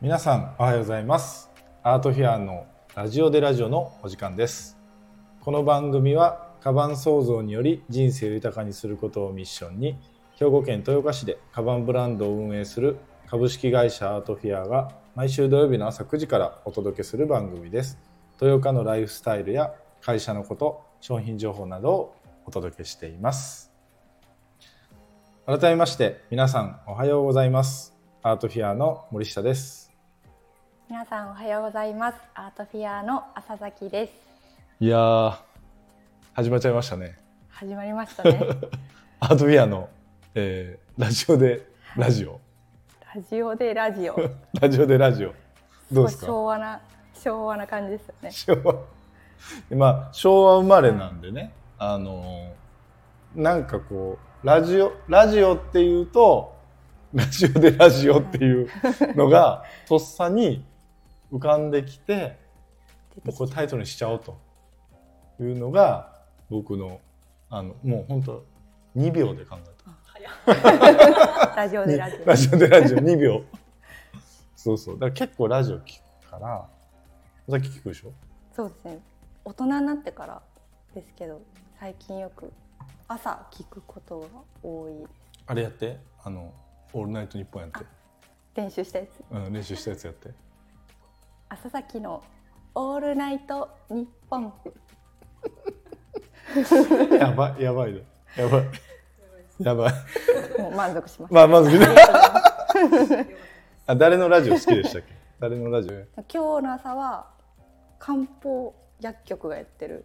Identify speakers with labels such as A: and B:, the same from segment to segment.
A: 皆さんおはようございますアートフェアのラジオでラジオのお時間ですこの番組はカバン創造により人生を豊かにすることをミッションに兵庫県豊岡市でカバンブランドを運営する株式会社アートフェアが毎週土曜日の朝9時からお届けする番組です豊岡のライフスタイルや会社のこと商品情報などをお届けしています改めまして皆さんおはようございますアートフェアの森下です
B: 皆さんおはようございます。アートフィアの朝崎です。
A: いやー始まっちゃいましたね。
B: 始まりましたね。
A: アートウィアの、えーラジオでラジオ、
B: ラジオでラジ オ。
A: ラジオでラジオどうですか
B: すごい昭和な昭和な感じで すよね。
A: 昭和まあ昭和生まれなんでね、あのーなんかこうラジオラジオっていうとラジオでラジオっていうのがとっさに浮かんできてもうこれタイトルにしちゃおうというのが僕のあのもう本当2秒で考えた。
B: ラジオでラジ
A: ラジオでラジオ2秒そうそうだから結構ラジオ聞くからさっき聞くでしょ
B: オ。そうですね。大人になってからですけど、最近よく朝聞くことが多いです。
A: あれやってあの「オールナイトニッポン」やって、
B: 練習したやつ。
A: うん、練習したやつやって
B: 朝崎のオールナイト日本。
A: やばいやばいでやばいやばい
B: もう満足しまし
A: まあまずあ誰のラジオ好きでしたっけ誰のラジオ
B: た。今日の朝は漢方薬局がやってる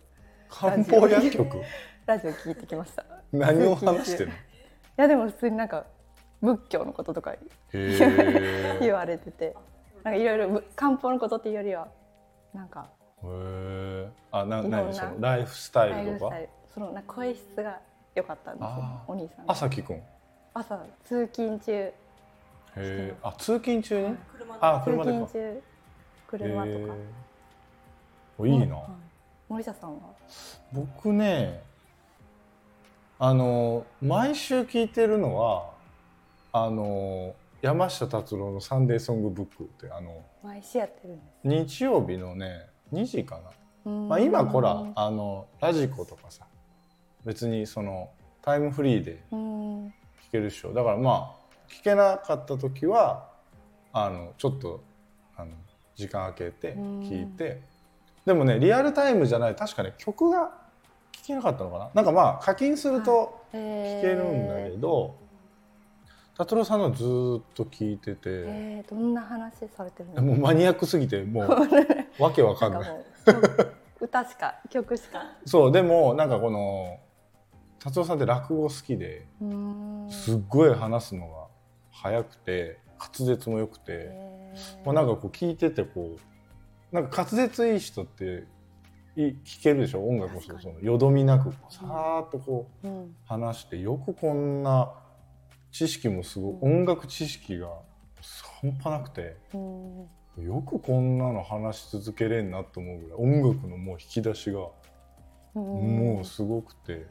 A: 漢方薬局
B: ラジオ聞いてきました。い
A: 何を話してるの
B: やでも普通になんか仏教のこととか
A: へえ
B: 言われててなんかいろいろむ漢方のことっていうよりはなんか
A: あな何そのライフスタ
B: ラ
A: イ
B: イ
A: ル
B: フ
A: と
B: ス
A: か
B: タイルそのなんか声質が良かったんですよ
A: あー
B: お兄さんが
A: 朝聞くんへ
B: 朝通勤中
A: えあ通勤中に
C: 車
A: あ
B: 通
A: 車で
B: 勤
A: か
B: 中車とか、
A: えーおいいな、
B: はい森下さんは
A: 僕ねあの毎週聞いてるのはあの山下達郎の「サンデーソングブック」ってあの
B: 毎週やってるんです
A: 日曜日のね2時かな、まあ、
B: うーん
A: 今ほらあのラジコとかさ別にそのタイムフリーで
B: うーん
A: 聞けるっしょだからまあ聞けなかった時はあのちょっとあの時間空けて
B: うん
A: 聞いてでもねリアルタイムじゃない確かね曲が聞けなかったのかななんかまあ課金すると聞
B: え
A: けるんだけど達郎さんのずーっと聞いて
B: え
A: て
B: ーどんな話されてるんです
A: もうマニアックすぎても うわけわか
B: か
A: ん
B: なん
A: な
B: か
A: い。
B: もう歌しか曲しか
A: そうでもなんかこの達郎さんって落語好きで
B: うー ん
A: すっごい話すのが早くて滑舌も良くて。
B: えー
A: まあ、なんかこう聞いててこうなんか滑舌いい人ってい聞けるでしょ音楽をそ
B: 確かに
A: のよどみなくこうさーっとこう
B: うん
A: 話してよくこんな知識もすごい
B: うん
A: 音楽知識が半端なくて
B: うん
A: よくこんなの話し続けれんなと思うぐらい音楽のもう引き出しがもうすごくて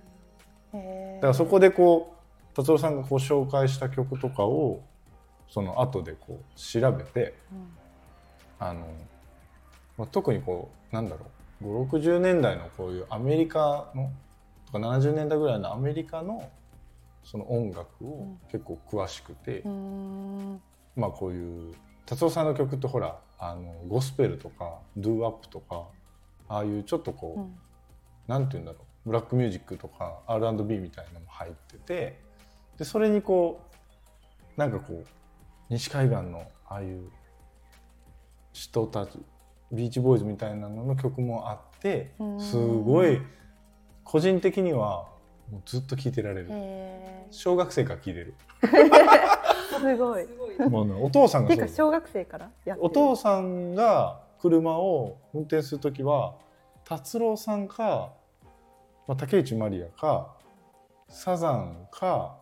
B: うん、え
A: だ
B: ー
A: からそこでこう達郎さんがこう紹介した曲とかをその後でこう調べて。
B: うん
A: あの、まあ、特にこうなんだろう560年代のこういうアメリカのとか70年代ぐらいのアメリカのその音楽
B: う
A: を
B: ん
A: 結構詳しくて、
B: うーん
A: まあこういう達夫さんの曲ってほらあのゴスペルとかドゥーアップとかああいうちょっとこう、
B: うん
A: なんて言うんだろうブラックミュージックとか R&B みたいなのも入っててでそれにこうなんかこう西海岸のああいう人たちビーチボーイズみたいなのの曲もあって
B: うん
A: すごい個人的にはもうずっと聴いてられる
B: へー
A: 小学生から聴いてる
B: すごい。
C: すごい。
A: もうねお父さん
B: て
A: が
B: いうか小学生からやってる。
A: お父さんが車を運転する時は達郎さんか、まあ、竹内まりやかサザンか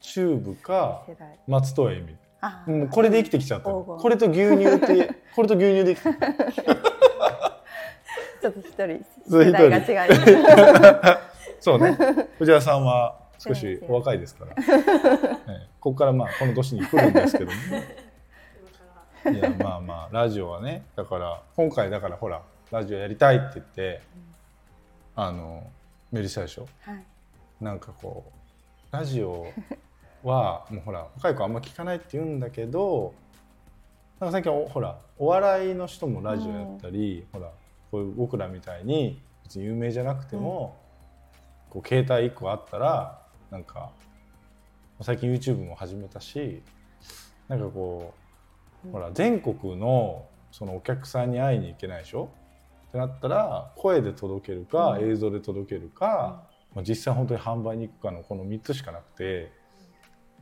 A: チューブか
B: 世代。
A: 松任谷由
B: あー
A: 実もうこれで生きてきちゃったの
B: 黄金
A: これと牛乳ってこれと牛乳で生きてきた
B: ちょっと一人
A: そう
B: 世代が違います。
A: そう ね藤原さんは少しお若いですから、ええここからまあこの年に来るんですけども
C: 今から
A: い やまあまあラジオはねだから今回だからほらラジオやりたいって言ってあのメールしたでしょ
B: はい
A: なんかこうラジオはもうほら若い子あんま聞かないって言うんだけどなんか最近おほらお笑いの人もラジオやったり、ほらこういう僕らみたいに別に有名じゃなくても、こう携帯1個あったらなんか最近 YouTube も始めたしなんかこう、ほら全国のそのお客さんに会いに行けないでしょってなったら声で届けるか、
B: うん
A: 映像で届けるか。まあ、実際本当に販売に行くかのこの3つしかなくて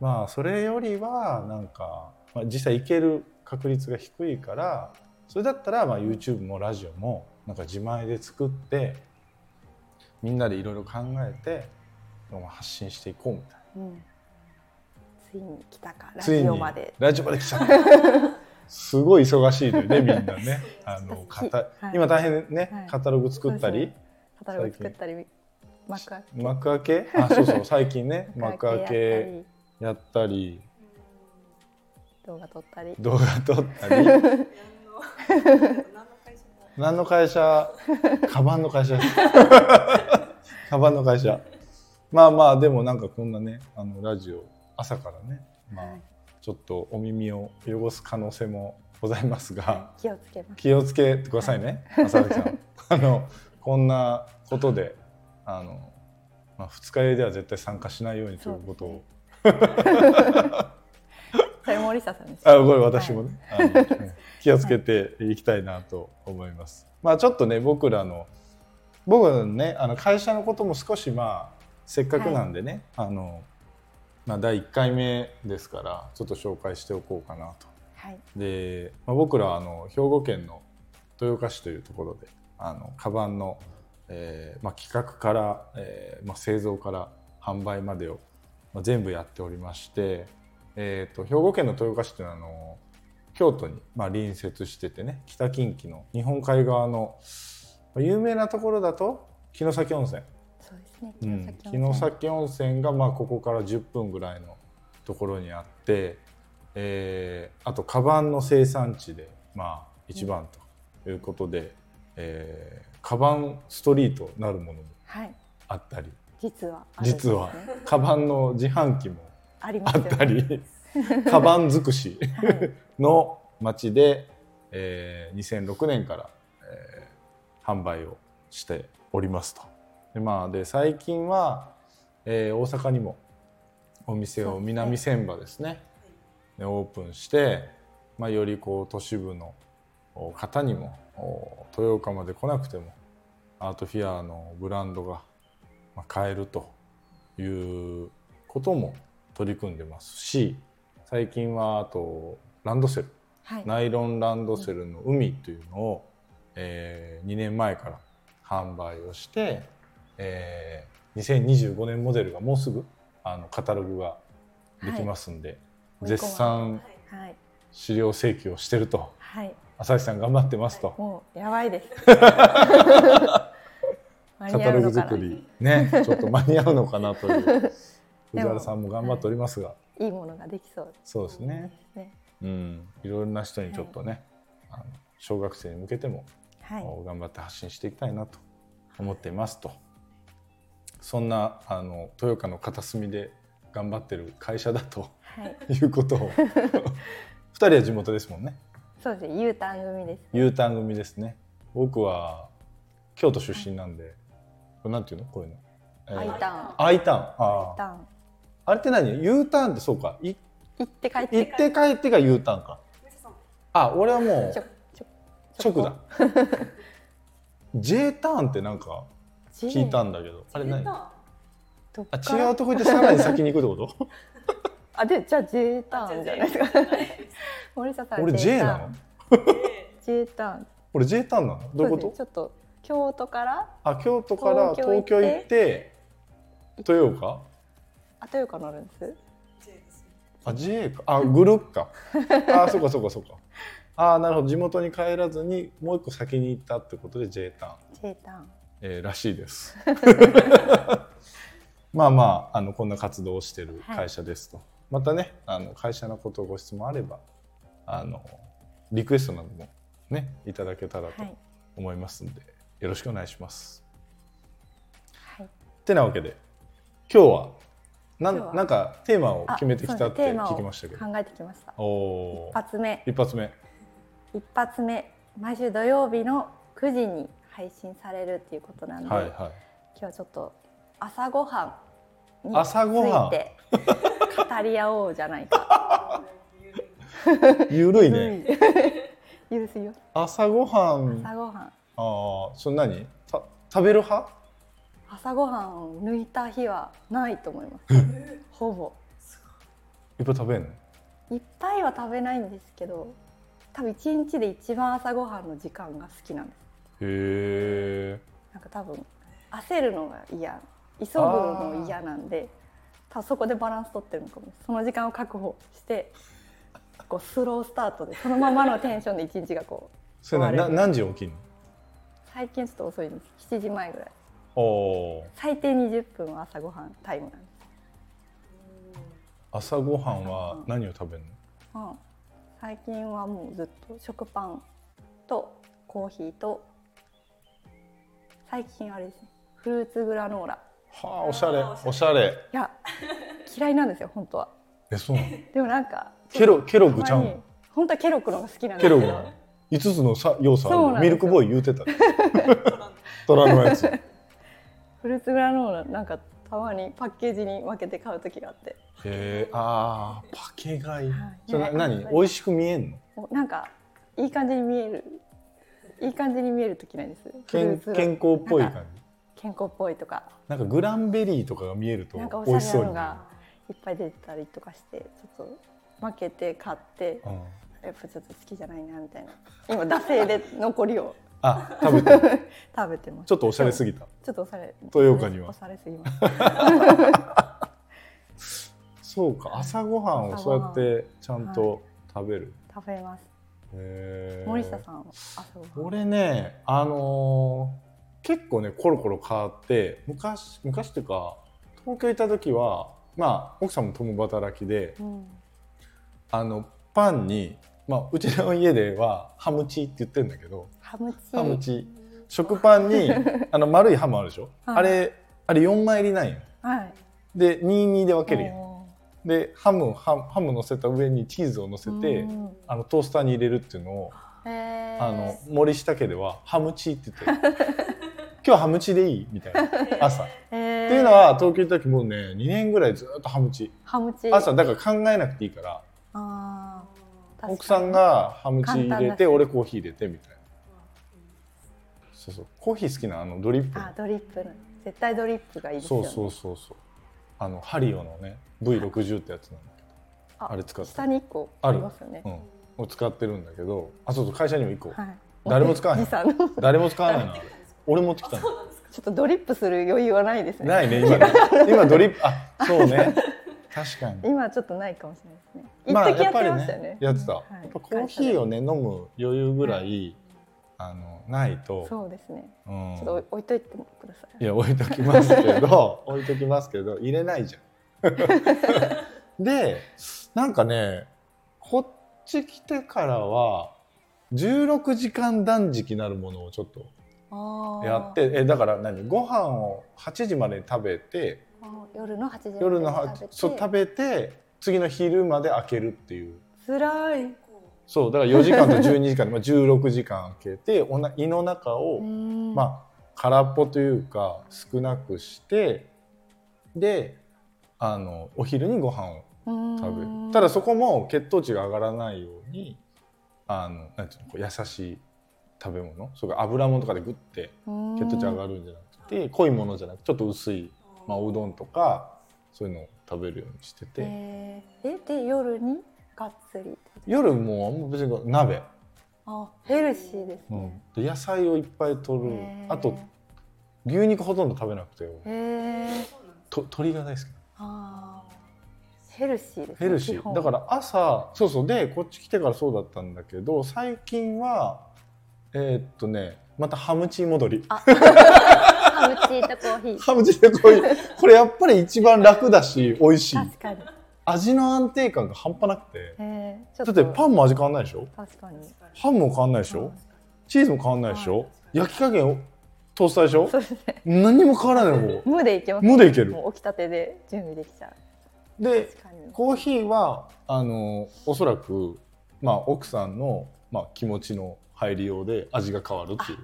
A: まあそれよりはなんか、まあ、実際行ける確率が低いからそれだったらまあ YouTube もラジオもなんか自前で作ってみんなでいろいろ考えてまあ発信していこうみたいな。
B: うんついに来たかラ
A: つい
B: ジ
A: に
B: オまで
A: ラジオまで来ちゃ った。すごい忙しいのよねみんなね。あの
B: 好き
A: かた
B: はい
A: 今大変ね、
B: はい
A: カタログ作ったり。
B: カタログ作ったり幕開
A: 幕開 けあそうそう最近ね
B: け
A: 幕開
B: やった
A: け
B: り
A: やったり
B: 動画撮ったり
A: 動画撮ったり何の会 社カバンの会社ですカバンの会社まあまあでもなんかこんなねあのラジオ朝からねまあ
B: はい
A: ちょっとお耳を汚す可能性もございますが
B: 気をつけます
A: 気をつけてくださいね朝崎さ んあのこんなことであの、まあ、二日酔いでは絶対参加しないようにということを、
B: そうですねそれ森下さんです
A: あ、これ私もね、あの 気をつけていきたいなと思います。まあちょっとね僕らの僕らのねあの会社のことも少しまあせっかくなんでね、あのまあ第1回目ですからちょっと紹介しておこうかなと。
B: はい
A: で、まあ、僕らはあの兵庫県の豊岡市というところであのカバンの、えーまあ、企画から、えーまあ、製造から販売までを、まあ、全部やっておりまして、えー、と兵庫県の豊岡市というのはあの京都に、まあ、隣接しててね北近畿の日本海側の、まあ、有名なところだと城崎温泉
B: そうですね
A: うん
B: 温
A: 城
B: 泉
A: 崎温泉がまあここから10分ぐらいのところにあって、えーあとカバンの生産地でまあ一番ということで、えーカバンストリートなるものも
B: はい
A: あったり
B: 実はあるんです
A: 実
B: ね
A: はカバンの自販機も
B: ありま
A: あ
B: す
A: っ
B: よね
A: たりカバン尽くし
B: はい
A: の町で、えー2006年から、えー販売をしておりますと。で,、まあ、で最近は、えー大阪にもお店
B: そう
A: を
B: ですね
A: 南千葉ですねでオープンして、まあ、よりこう都市部のお方にもお豊岡まで来なくてもアートフィアのブランドがまあ買えるということも取り組んでますし最近はあとランドセル
B: はい
A: ナイロンランドセルの海というのを、え2年前から販売をして、えー2025年モデルがもうすぐあのカタログができますんで、
B: はい
A: 絶賛
B: はい
A: 資料請求をしてると
B: はい
A: 朝日さん頑張ってますと、
B: もうやばい です。
A: カタログ
B: 間に合うのかな
A: 作りねちょっと間に合うのかなという
B: でも
A: 藤原さんも頑張っておりますが
B: いいものができそう
A: そうですね、
B: ですね。
A: うん、いろんな人にちょっとね、あの小学生に向けても
B: はい。
A: 頑張って発信していきたいなと思っていますとそんなあの豊岡の片隅で頑張ってる会社だ と
B: はい。
A: いうことを2人は地元ですもんね
B: そうですね。U ターン組です、ね。
A: U ターン組ですね僕は京都出身なんで、これなんていうのこういうの、え
B: I ターン。
A: I ターンあ
B: I タ
A: ー
B: ーン。
A: あれって何 U ターンってそうかい
B: 行って帰っ
A: 行
B: て
A: って帰ってが U ターンかあ俺はも
B: ちょ
A: う
B: ちょ
A: 直だ J ターンってなんか聞いた
B: ん
A: んだけどあれ何
B: どっ
A: あ
B: から
A: 違うとこ行ってさらに先に行くって こ
B: あでじゃあ J ターンじゃないですか森下さ
A: と
B: ん
A: 俺 J な
B: ター
A: の
B: ン J ターン
A: 俺 J ターンなのどういうこ
B: そ
A: と
B: ですねちょっと京都から
A: あ京都から東
B: 東
A: 京
B: 京
A: 行
B: 行
A: っ
B: って
A: 豊岡
B: あというかなるんです
A: あ J か あグループかあそうかそうかそうかあなるほど地元に帰らずにもう一個先に行ったってことで J ターン、
B: J ターン
A: えーらしいです まあまああのこんな活動をしてる会社ですと、またねあの会社のことをご質問あればあのリクエストなどもねいただけたらと
B: はい
A: 思いますので、よろしくお願いします。
B: はい
A: ってなわけで今日はなん
B: 今日は
A: なんかテーマを
B: あ
A: 決めてきたって
B: そうですねテーマを
A: 聞きましたけど
B: 考えてきました
A: おお
B: 一
A: ー
B: 発目
A: 一発目
B: 一発目毎週土曜日の9時に配信されるっていうことなんで、
A: はいは
B: 今日はちょっと朝ごはんにつ
A: 朝ごはい
B: て語り合おうじゃないか。
A: いゆ るいね、
B: ゆるすぎよ。
A: 朝ごはんあ
B: 朝ごはん。
A: あーそれ何た食べる派
B: 朝ごはんを抜いた日はないと思います。 ほぼ。
A: いっぱい食べんの
B: いっぱいは食べないんですけど、多分一日で一番朝ごはんの時間が好きなんです。
A: へえ
B: なんか多分焦るのが嫌、急ぐのも嫌なんで、多分そこでバランス取ってるのかも。その時間を確保して、こうスロースタートでそのままのテンションで一日がこう
A: それ何
B: 終わ
A: な
B: る
A: 何時起きんの
B: 最近ちょっと遅いんです。7時前ぐらい。
A: おお
B: 最低20分は朝ごはんタイムなんです。
A: ー朝ごはんは何を食べるの
B: うん、最近はもうずっと食パンとコーヒーと最近あれですねフルーツグラノーラ
A: はあおしゃれおしゃれ
B: いや嫌いなんですよ本当は
A: えそうな の
B: でもなんか
A: ケロケロッグちゃ
B: た
A: う
B: まに
A: の
B: 本当はケロックの方が好きなんで
A: ケ
B: す
A: ロ
B: け
A: ッグ
B: ど
A: の5つのさ要素ある
B: そう
A: の
B: なん
A: ミ
B: ですよ
A: ルクボーイ言う てたで虎のやつへ
B: フルーツグラノーラなんかたまにパッケージに分けて買う時があって
A: えあーパケ買い
B: はい
A: それな何
B: はい
A: 美味しく見えんの
B: おなんかいい感じに見えるいい感じに見える時ないですフル
A: 健
B: ーツ
A: 健康っぽい
B: なんか
A: 感じ
B: 健康っぽいとか
A: なんかグランベリーとかが見えると
B: なんか
A: 美
B: お
A: 味し
B: しゃ
A: そ
B: れ
A: う
B: な
A: に
B: の
A: な
B: がいっぱい出てたりとかしてちょっと負けて買って
A: る、うん、
B: やっぱちょっと好きじゃないなみたいな今惰性で残りを
A: あ食べてる
B: 食べてます
A: ちょっとおしゃれすぎた
B: ちょっとおしゃれ
A: 豊岡には
B: おしゃれすぎます
A: そうか朝ごはんをそうやってちゃんと食べる、
B: 食べます
A: へー
B: 森下さんは朝ごはん
A: 俺ねあのー結構ねコロコロ変わって昔昔っていうか東京行った時はまあ奥さんも共働きで
B: うん
A: あのパンに、まあ、うちの家ではハムチーって言ってるんだけど
B: ハムチ
A: ハム
B: ー
A: チー食パン にあの丸いハムあるでしょ、
B: はい
A: あれあれ4枚入りなんよ
B: はい
A: で22で分けるやん
B: お
A: でハムをハムハム乗せた上にチーズを乗せ
B: ー
A: て、
B: うん
A: あのトースターに入れるっていうのを
B: へえ
A: あの森下家ではハムチーって言 ってる今日はハムチーでいいみたいな朝、
B: へ
A: っ
B: ー
A: ていうのは東京行った時もうね2年ぐらいずっとハムチ
B: ハムチ
A: ー朝だから考えなくていいから
B: あー確かに
A: 奥さんがハムチー入れ
B: 簡単だ
A: て
B: し
A: 俺コーヒー入れてみたいなそうそうコーヒー好きなあのドリップ
B: あドリップの絶対ドリップがいいです
A: そう
B: よね
A: そうそうそうあのハリオのね V60 ってやつなんだけど
B: あ
A: あれ使って
B: 下に一個ありますよね
A: うん、を使ってるんだけどあそうそう会社にも1個、
B: はい
A: 誰も使わへん
B: おじさんのちょ
A: 誰も使わ ないなあれ俺持ってきたの
B: っとドリップする余裕はないですね
A: ないね今ね今ドリップあそう ね確かに
B: 今ちょっとないかもしれないですね一時やってましたよね,、
A: やってた、
B: はい
A: やっぱコーヒーをね飲む余裕ぐらい、あのないと
B: そうですね
A: うん
B: ちょっと置いといてください
A: いや置いときますけど 置いときますけど入れないじ ゃんでなんかねこっち来てからは16時間断食なるものをちょっと
B: あー
A: やってえだから何ご飯を8時までに食べて
B: あー夜の8時まで
A: 夜のはそう食べて次の昼まで開けるっていう
B: つらい
A: そうだから4時間と12時間で、まあ、16時間開けておな胃の中を、
B: ま
A: まあ、空っぽというか少なくしてであのお昼にご飯を
B: あ
A: 食べるただそこも血糖値が上がらないようにあのなんていうのこう優しい食べ物それから油ものとかでグッて血糖値上がるんじゃなくて濃いものじゃなくてちょっと薄い、まあ、おうどんとかそういうのを食べるようにしてて。
B: えーえで夜にがっつり
A: 夜もうあんま別に鍋、
B: あヘルシーです
A: う
B: ね
A: ん、で野菜をいっぱい取る
B: へー
A: あと牛肉ほとんど食べなくてよ
B: へえ
A: と鶏が大好き
B: あーヘルシーです、ね、
A: ヘルシーだからら朝そうそうでこっち来てからそうだったんだけど最近はえーっとねまたハムチー戻り
B: ハ ムチーとコーヒー
A: ハムチーでこういうこれやっぱり一番楽だし美味しい
B: 確かに
A: 味の安定感が半端なくて
B: えー、ち
A: だ
B: ょ
A: ってパンも味変わんないでしょ
B: 確かに
A: ハムも変わんないでしょチーズも変わんないでしょ、焼き加減トースターでしょ
B: そうですね
A: 何も変わらないのここ
B: 無でいけます
A: 無でいける
B: もう起きたてで準備できちゃう
A: で
B: 確かに
A: コーヒーはあのおそらく、まあ、奥さんの、まあ、気持ちの入りようで味が変わるっていう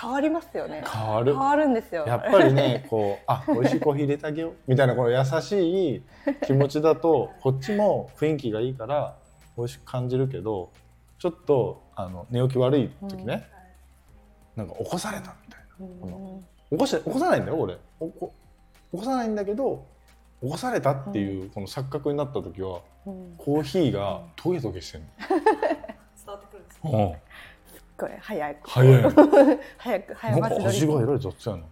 B: 変わりますよね
A: 変わる
B: 変わるんですよ
A: やっぱりねこうあ美味しいコーヒー入れてあげよう みたいなこの優しい気持ちだとこっちも雰囲気がいいから美味しく感じるけどちょっとあの寝起き悪い時ね、なんか起こされたみたいな
B: うん
A: 起こして起こさないんだよ俺おこ起こさないんだけど起こされたっていうこの錯覚になった時は
B: うん
A: コーヒーがトゲトゲしてる
C: 伝わってくるんです
A: の、うん、
B: これ早 く
A: 早いの
B: 早く早
A: なん
B: ま
A: か
B: ず
A: 味がえらい雑や な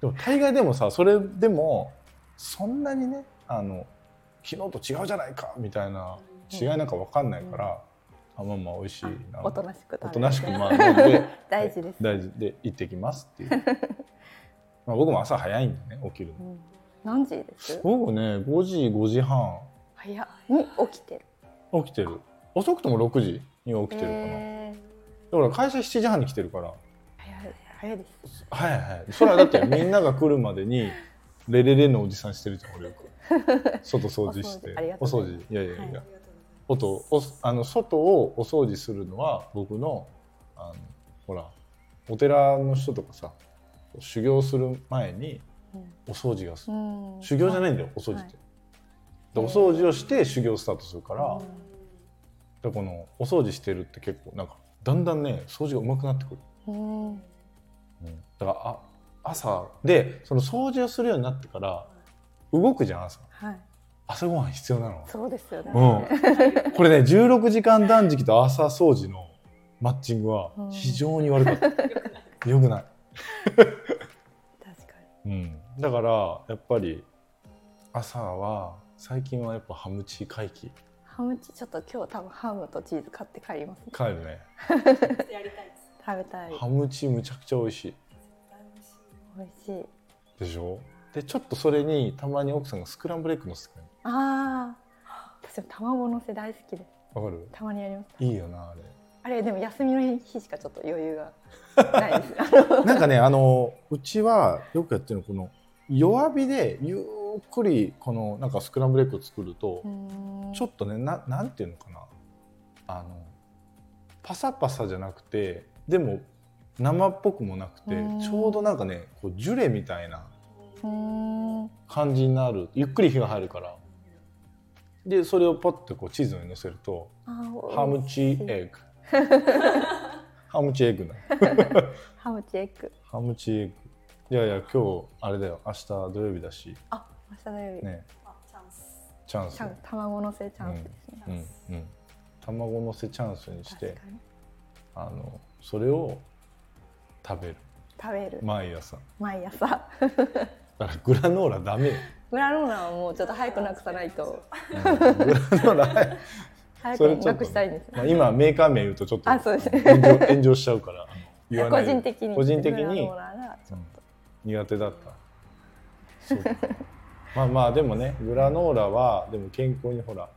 A: でも大概でもさそれでもそんなにねあの昨日と違うじゃないかみたいな違いなんか分かんないから、あまあまあ美味しいな
B: おとなしく食べ
A: お
B: る
A: となしくま あ飲んで
B: 大事です
A: 大事で行ってきますっていう まあ僕も朝早いんでね起きる
B: う
A: の
B: ん何時です
A: 僕ね5時5時半
B: 早っに起きてる
A: 起きてる遅くとも6時には起きてるかな、
B: えー
A: だから会社7時半に来てるから
B: 早い早いです
A: はいはいそれはだってみんなが来るまで にレレレのおじさんしてるじゃん俺よく外掃除して
B: お掃除あり
A: お
B: がとうご
A: 掃
B: ざいま
A: 除いやいやいや、
C: ありがとうござい
A: 音おあの外をお掃除するのは僕のあのほらお寺の人とかさ修行する前に
B: うん
A: お掃除がす
B: うん
A: 修行じゃない
B: い
A: んだよお掃除って、で
B: へー
A: お掃除をして修行スタートするから、
B: うん
A: でこのお掃除してるって結構なんかだんだんね掃除がうまくなってくる
B: うん
A: だからあ朝でその掃除をするようになってから動くじゃん朝
B: はい
A: 朝ごはん必要なの
B: そうですよね
A: うん、これね16時間断食と朝掃除のマッチングは非常に悪かったよくない、
B: 確かに
A: うん、だからやっぱり朝は最近はやっぱハムチー回帰
B: ハムチちょっと今日多分ハムとチーズ買って帰ります
A: 帰るね
C: ますやりたいです
B: 食べたい
A: ハムチーむちゃくちゃ美味しい
B: 美味しい
A: でしょでちょっとそれにたまに奥さんがスクランブルエッグのせてくれる
B: ああ私も卵のせ大好きです
A: わかる
B: たまにやります
A: いいよなあれ
B: あれでも休みの日しかちょっと余裕がないです あ の
A: なんかね、あの、うちはよくやってるの、この弱火でゆっくり、このなんかスクランブルエッグを作ると
B: う。ーん
A: ちょっとね、な、なんていうのかな。あの、パサパサじゃなくて、でも。生っぽくもなくて
B: うん、
A: ちょうどなんかね、こうジュレみたいな
B: うーん
A: 感じになる。ゆっくり火が入るから。で、それをポッてこうチーズに乗せると、
B: あー
A: ハムチーエッグ。 ハムチーエッグなの。
B: ハムチエッグ
A: ハムチーエッグ。いやいや、今日あれだよ、明日土曜日だし。
B: あ明日の曜日
A: ね、
C: あチャンス
A: チャンス
B: ちゃん卵のせチャンスですね
A: うんうん、卵のせチャンスにし
B: 確
A: て
B: かに
A: あのそれを食べる
B: 食べる
A: 毎朝
B: 毎朝
A: だからグラノーラダメよ、
B: グラノーラはもうちょっと早くなくさないと
A: うん、グラノーラ、
B: 早
A: それ
B: く
A: ちょ
B: な
A: っと
B: くしたいんです
A: まあ、今メーカー名言うとちょっと
B: あそうです
A: あの炎上炎上しちゃうからあの言わ
B: 個
A: ない
B: 人的に
A: 個人的
B: グラ
A: に
B: ノーラがちょっと
A: 苦手だったそうかまあまあでもねグラノーラはでも健康にほら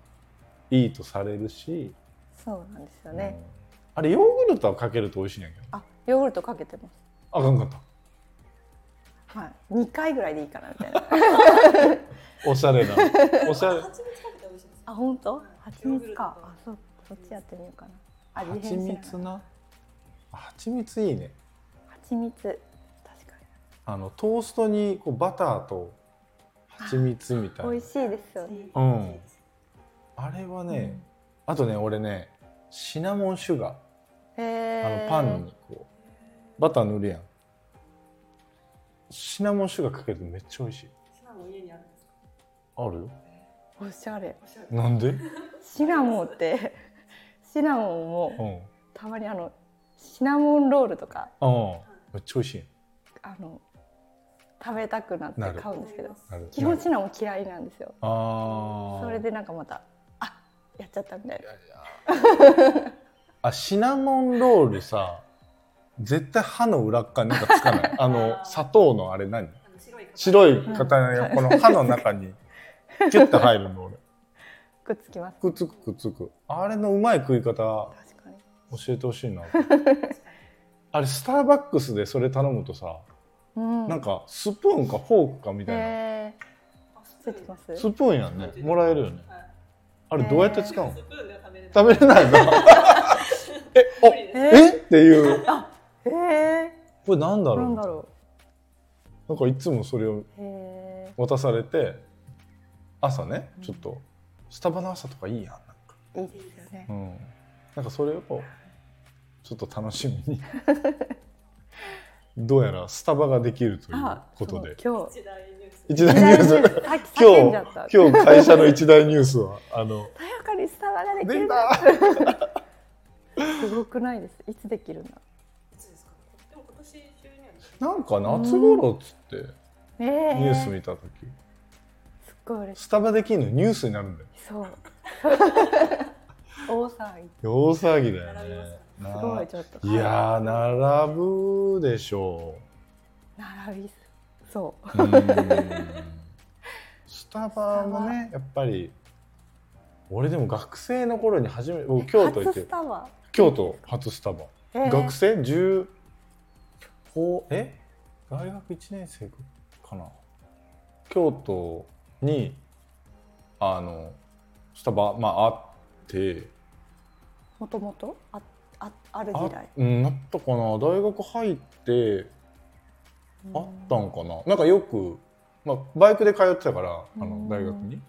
A: いいとされるし、
B: そうなんですよね、
A: うんあれヨーグルトはかけると美味しいんやけど
B: あヨーグルトかけてます
A: あかんかった
B: はい、二回ぐらいでいいかなみたいな。
A: おしゃれなおしゃれ
C: 蜂蜜かけて美味しいです
B: あ、本当？蜂
C: ヨーグ
B: 蜜
C: ルト
B: か。あ、そう、そっちやってみようかな。味
A: 蜂
B: 変しなが
A: 蜜な蜂蜜いいね
B: ら。蜂蜜。確か
A: あのトーストにこうバターと蜂蜜みたい
B: に。美
A: な
B: 味しいですよね。
A: うんあれはね、あとね俺ねシナモンシュガ
B: う
A: ー
B: ん。
A: あの
B: えー、
A: パンにこうバター塗るやんシナモンシュガーかけるとめっちゃ美味しい
C: シナモン家にあるんですか
A: あるよ
B: おしゃれ。
C: おしゃれ
A: なんで、
B: シナモンって。 シナモン
A: う
B: も。
A: ん、うん
B: たまにあの。シナモンロールとか。
A: めっちゃ美味しい
B: あの。食べたくなって
A: なる
B: 買うんですけど。
A: なる
B: 基本シナモン嫌いなんですよ。
A: あー
B: それでなんかまた。あ。やっちゃったみたいな。
A: あシナモンロールさ絶対歯の裏っ側になんかつかない あの砂糖のあれ何
C: あの白い
A: 白
C: い
A: い塊がこの歯の中にキュッて入るの俺
B: くっつきます
A: くっつくくっつくあれのうまい食い方
B: 確かに
A: 教えてほしいな
C: 確かに
A: あれスターバックスでそれ頼むとさ
B: うん
A: なんかスプーンかフォークかみたいな、
B: え
C: あス
B: ー、つい
C: プーン
B: てきます
A: スプーンやんねもらえるよね
C: はい
A: あれどうやって使うの、
C: スプーンでは食べれない
A: 食べれないなえ
C: 無
A: お
C: 理です
B: え
A: えっていう
B: えー、
A: これなんだろ
B: な
A: うんな
B: だろ
A: んかいつもそれを
B: うへ
A: 渡されて朝ねちょっとスタバの朝とかいいやんなんか,、
B: えいいですよね
A: うん、なんかそれをちょっと楽しみに どうやらスタバができるという
B: あ
A: ことで
B: そう
C: 一大ニュース
A: 一大ニュース
B: 今日さっき叫んじゃった
A: 今日今日会社の一大ニュースはあの
B: さやかにスタバができ
A: 出
B: る
A: た
B: すごくないですいつできるんだ
C: いつですかねでも今年中には
A: なんか夏頃っつって
B: えー、
A: ニュース見た時
B: すっごい嬉しい
A: スタバできんのニュースになるんだよ
B: そう 大騒ぎ
A: 大騒ぎだよ
C: 並びま
A: ね
C: すね
B: すごいちょっと
A: いやー並ぶでしょ
B: 並びすそう
A: ううんスタバもねやっぱり俺でも学生の頃に初め僕京都行っ
B: 初
A: て
B: ス
A: る
B: タバ
A: 京都初スタバ
B: えー
A: 学生10高え大学1年生かな京都にあのスタバまああって
B: もともとああある
A: あ
B: 時代
A: うんあったかな大学入ってあった
B: うん
A: んかななんかよく、まあ、バイクで通ってたからあ
B: う
A: の
B: ん
A: 大学に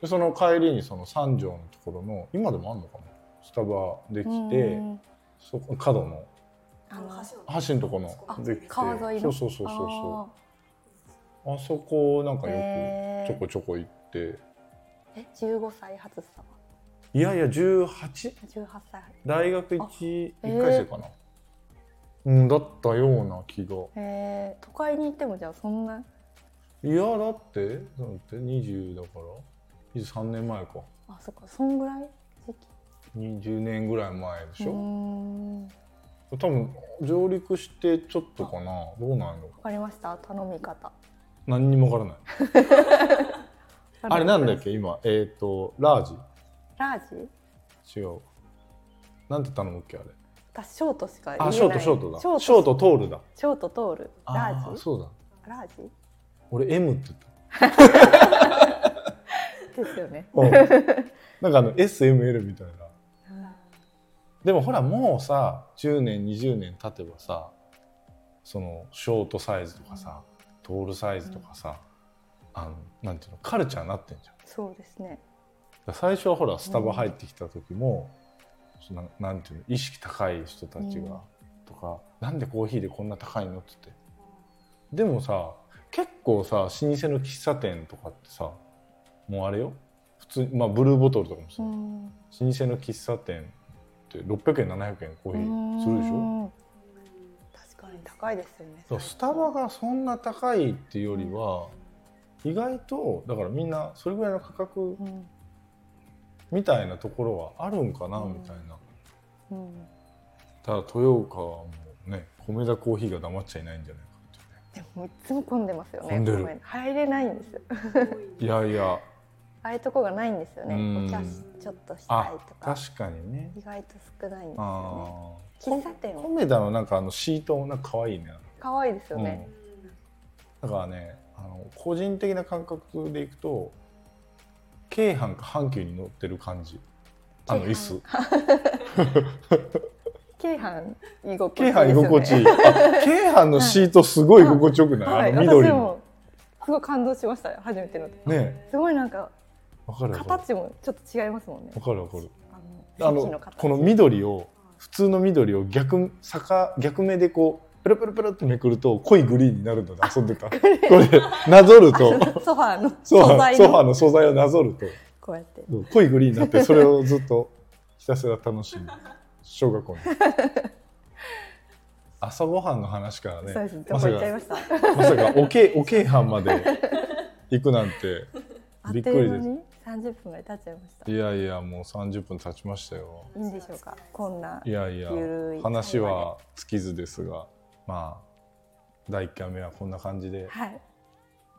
A: でその帰りにその三条のところの今でもあんのかなスタバできて
B: うん
A: そこ角の
B: あの
C: 橋の
A: 橋のとこ
C: あ
A: のできて
B: 川沿いの
A: そうそうそうそうそう
B: あ
A: あそこなんか
B: ー
A: よ
B: え
A: くちょこちょこ行って、
B: え15歳初スタバ
A: いやいや18
B: 18歳初
A: 大学
B: あ
A: 11
B: えー
A: 回生かな、うんだったような気が
B: えー、都会に行ってもじゃあそんない
A: やだってだって20だから23年前か
B: あそっかそんぐらい時期
A: 20年ぐらい前でし
B: うー
A: ょ、
B: んわ
A: 多分上陸してちょっとかなどうなんやろ
B: かりました頼み方
A: 何にもわからないあれなんだっけ今えっ、とラー
B: ラージ
A: ジ違うなんて頼むっけあれ
B: 私ショートしか言えない
A: あショートショートだ
B: ショート
A: ショート通るだ
B: ショート通るラ
A: あ
B: ー
A: ー
B: ジ
A: そうだ
B: ラージ
A: 俺 M って言った
B: ですよね、
A: うん なんかあの SML みたいなでもほらもうさ10年20年経てばさそのショートサイズとかさトールサイズとかさ、あのなんていうのカルチャーになってんじゃんだか
B: そうですね
A: ら最初はほらスタバ入ってきた時も、そのなんていうの意識高い人たちが、
B: うん
A: とかなんでコーヒーでこんな高いのって言ってでもさ結構さ老舗の喫茶店とかってさもうあれよ普通にまあブルーボトルとかもさ、
B: うん
A: 老舗の喫茶店って600円700円コーヒーするでしょ
B: ょ
C: うん
B: 確かに高いですよね
A: だからスタバがそんな高いっていうよりは意外とだからみんなそれぐらいの価格
B: うん
A: みたいなところはあるんかな
B: うん
A: みたいな
B: うん
A: ただ豊岡はもうね米田コーヒーが黙っちゃいないんじゃないかっ
B: でもいつも混んでますよね
A: 混んでる
B: ごめ入れないんですよ
A: ていうねいやいや
B: ああいうとこがないんですよね
A: うん
B: お茶しちょっとしたい
A: あ
B: とか
A: 確かにね
B: 意外と少ないんですよ
A: あー
B: ね喫茶店は
A: 米田のなんかあのシートもなんか可愛いね
B: 可愛いですよね、
A: うんだからねあの個人的な感覚でいくと京阪か阪急に乗ってる感じあの
B: 京
A: 椅子
B: 阪
A: 京阪居心
B: 京阪居心地いいですよね
A: 地いいあ京阪のシートすごい居心地よくない、
B: はい、
A: あの緑
B: 私
A: の
B: もすごい感動しましたよ初めての時
A: ね
B: すごいなんか
A: わかるわかる
B: 形もちょっと違いますもんね
A: わかるわかる
B: あ
A: あ
B: の
A: の
B: 席の形
A: この緑を普通の緑を逆逆逆目でこうペロペロペロってめくると濃いグリーンになるので遊んでたこれなぞると
B: あの ソファーの
A: ソフ
B: 素
A: ァ
B: 材
A: ソファー
B: の
A: の素材をなぞると
B: こうやって
A: そう濃いグリーンになってそれをずっとひたすら楽しむ小学校 の朝ごはんの話から
B: そうで
A: ね
B: すど
A: ま
B: こ
A: さ
B: 行っちゃい
A: か
B: ました
A: まさかおけおけいはんまで行くなんて
B: あっと
A: びっく
B: い
A: り
B: う間
A: です
B: に30分が経っちゃいましたい
A: いやいやもう30分経ちましたよ
B: いんでしょうかこんない
A: やいや
B: ゆるい
A: 話は尽きずですがまあ第1回目はこんな感じで
B: はい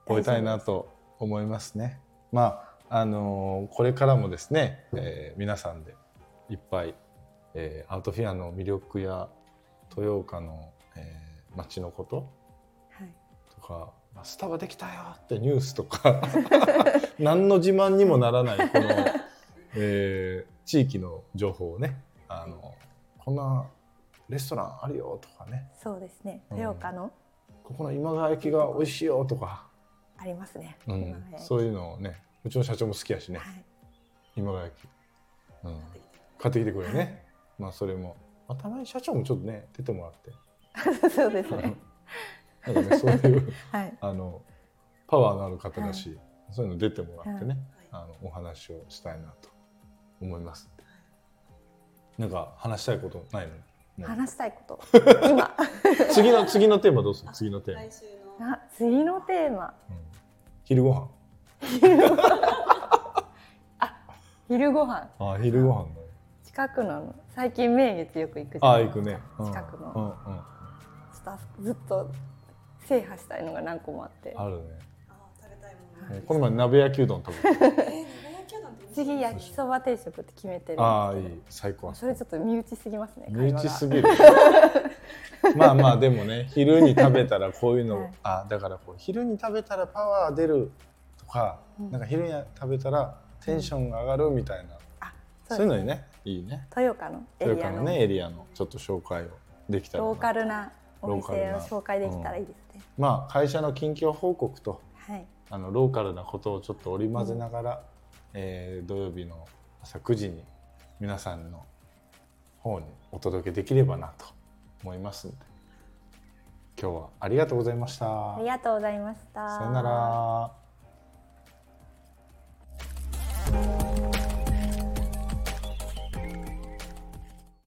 A: 終えたいなと思いますねまああのーこれからもですね、えー皆さんでいっぱい、えーアートフェアの魅力や豊岡の、えー街のこと
B: はい、
A: とかあスタバできたよってニュースと か何の自慢にもならないこの、えー地域の情報をねあのこんなレストランあるよとかね
B: そうですね
A: うん
B: 豊岡の
A: ここの今川焼きが美味しいよとか、
B: ありますね、
A: うん
B: 今ね
A: そういうのをねうちの社長も好きやしね
B: はい、
A: 今川焼き、うん、
C: 買ってきて
A: 買ってきてくれるねまあそれも、まあ、たまに社長もちょっとね出てもらって
B: そうですね
A: なんかねそういう
B: はい
A: あのパワーのある方だし、そういうの出てもらってね、
C: は
A: あのお話をしたいなと思います。なんか話したいことないの？もう
B: 話したいこと 今
A: 次の次のテーマどうする？次のテーマ。
C: い来週の
B: あ次のテーマ
A: うん昼ご飯。
B: 昼ご飯
A: あー昼ご飯だね。
B: 近くの最近名月よく行くじゃ
A: あ
B: な
A: ー
B: いで
A: 行
B: すか
A: くね。うん
B: 近くの
A: う
B: ち
A: ん
B: ょ
A: うん。
B: っとあそこずっと制覇したいのが何個もあって
A: あるね。
C: あ食べたいも
B: は
C: の
A: ねこの前鍋焼きうどん食べ
C: えー鍋焼きうどんって美味しい
B: 次焼きそば定食って決めてるんです
A: た。
B: けど
A: ああいい最高。
B: それちょっと身内すぎますね
A: 身内す
B: ぎ
A: ぎる。 まあまあでもね昼に食べたらこういうの、
B: はい
A: あだからこう昼に食べたらパワー出るとか、
B: うん
A: なんか昼に食べたらテンションが上がるみたいな、そういうのにねいいね
B: 豊岡のエ
A: 豊
B: リ
A: 川
B: ア
A: の
B: の
A: ねエリアのちょっと紹介をできたらな
B: ローカルなお店を
A: ローカルな
B: 紹介できたらいいですね、
A: まあ会社の近況報告と
B: はい
A: あのローカルなことをちょっと織り交ぜながら、えー土曜日の朝9時に皆さんの方にお届けできればなと思いますので今日はありがとうございました
B: ありがとうございました
A: さよなら。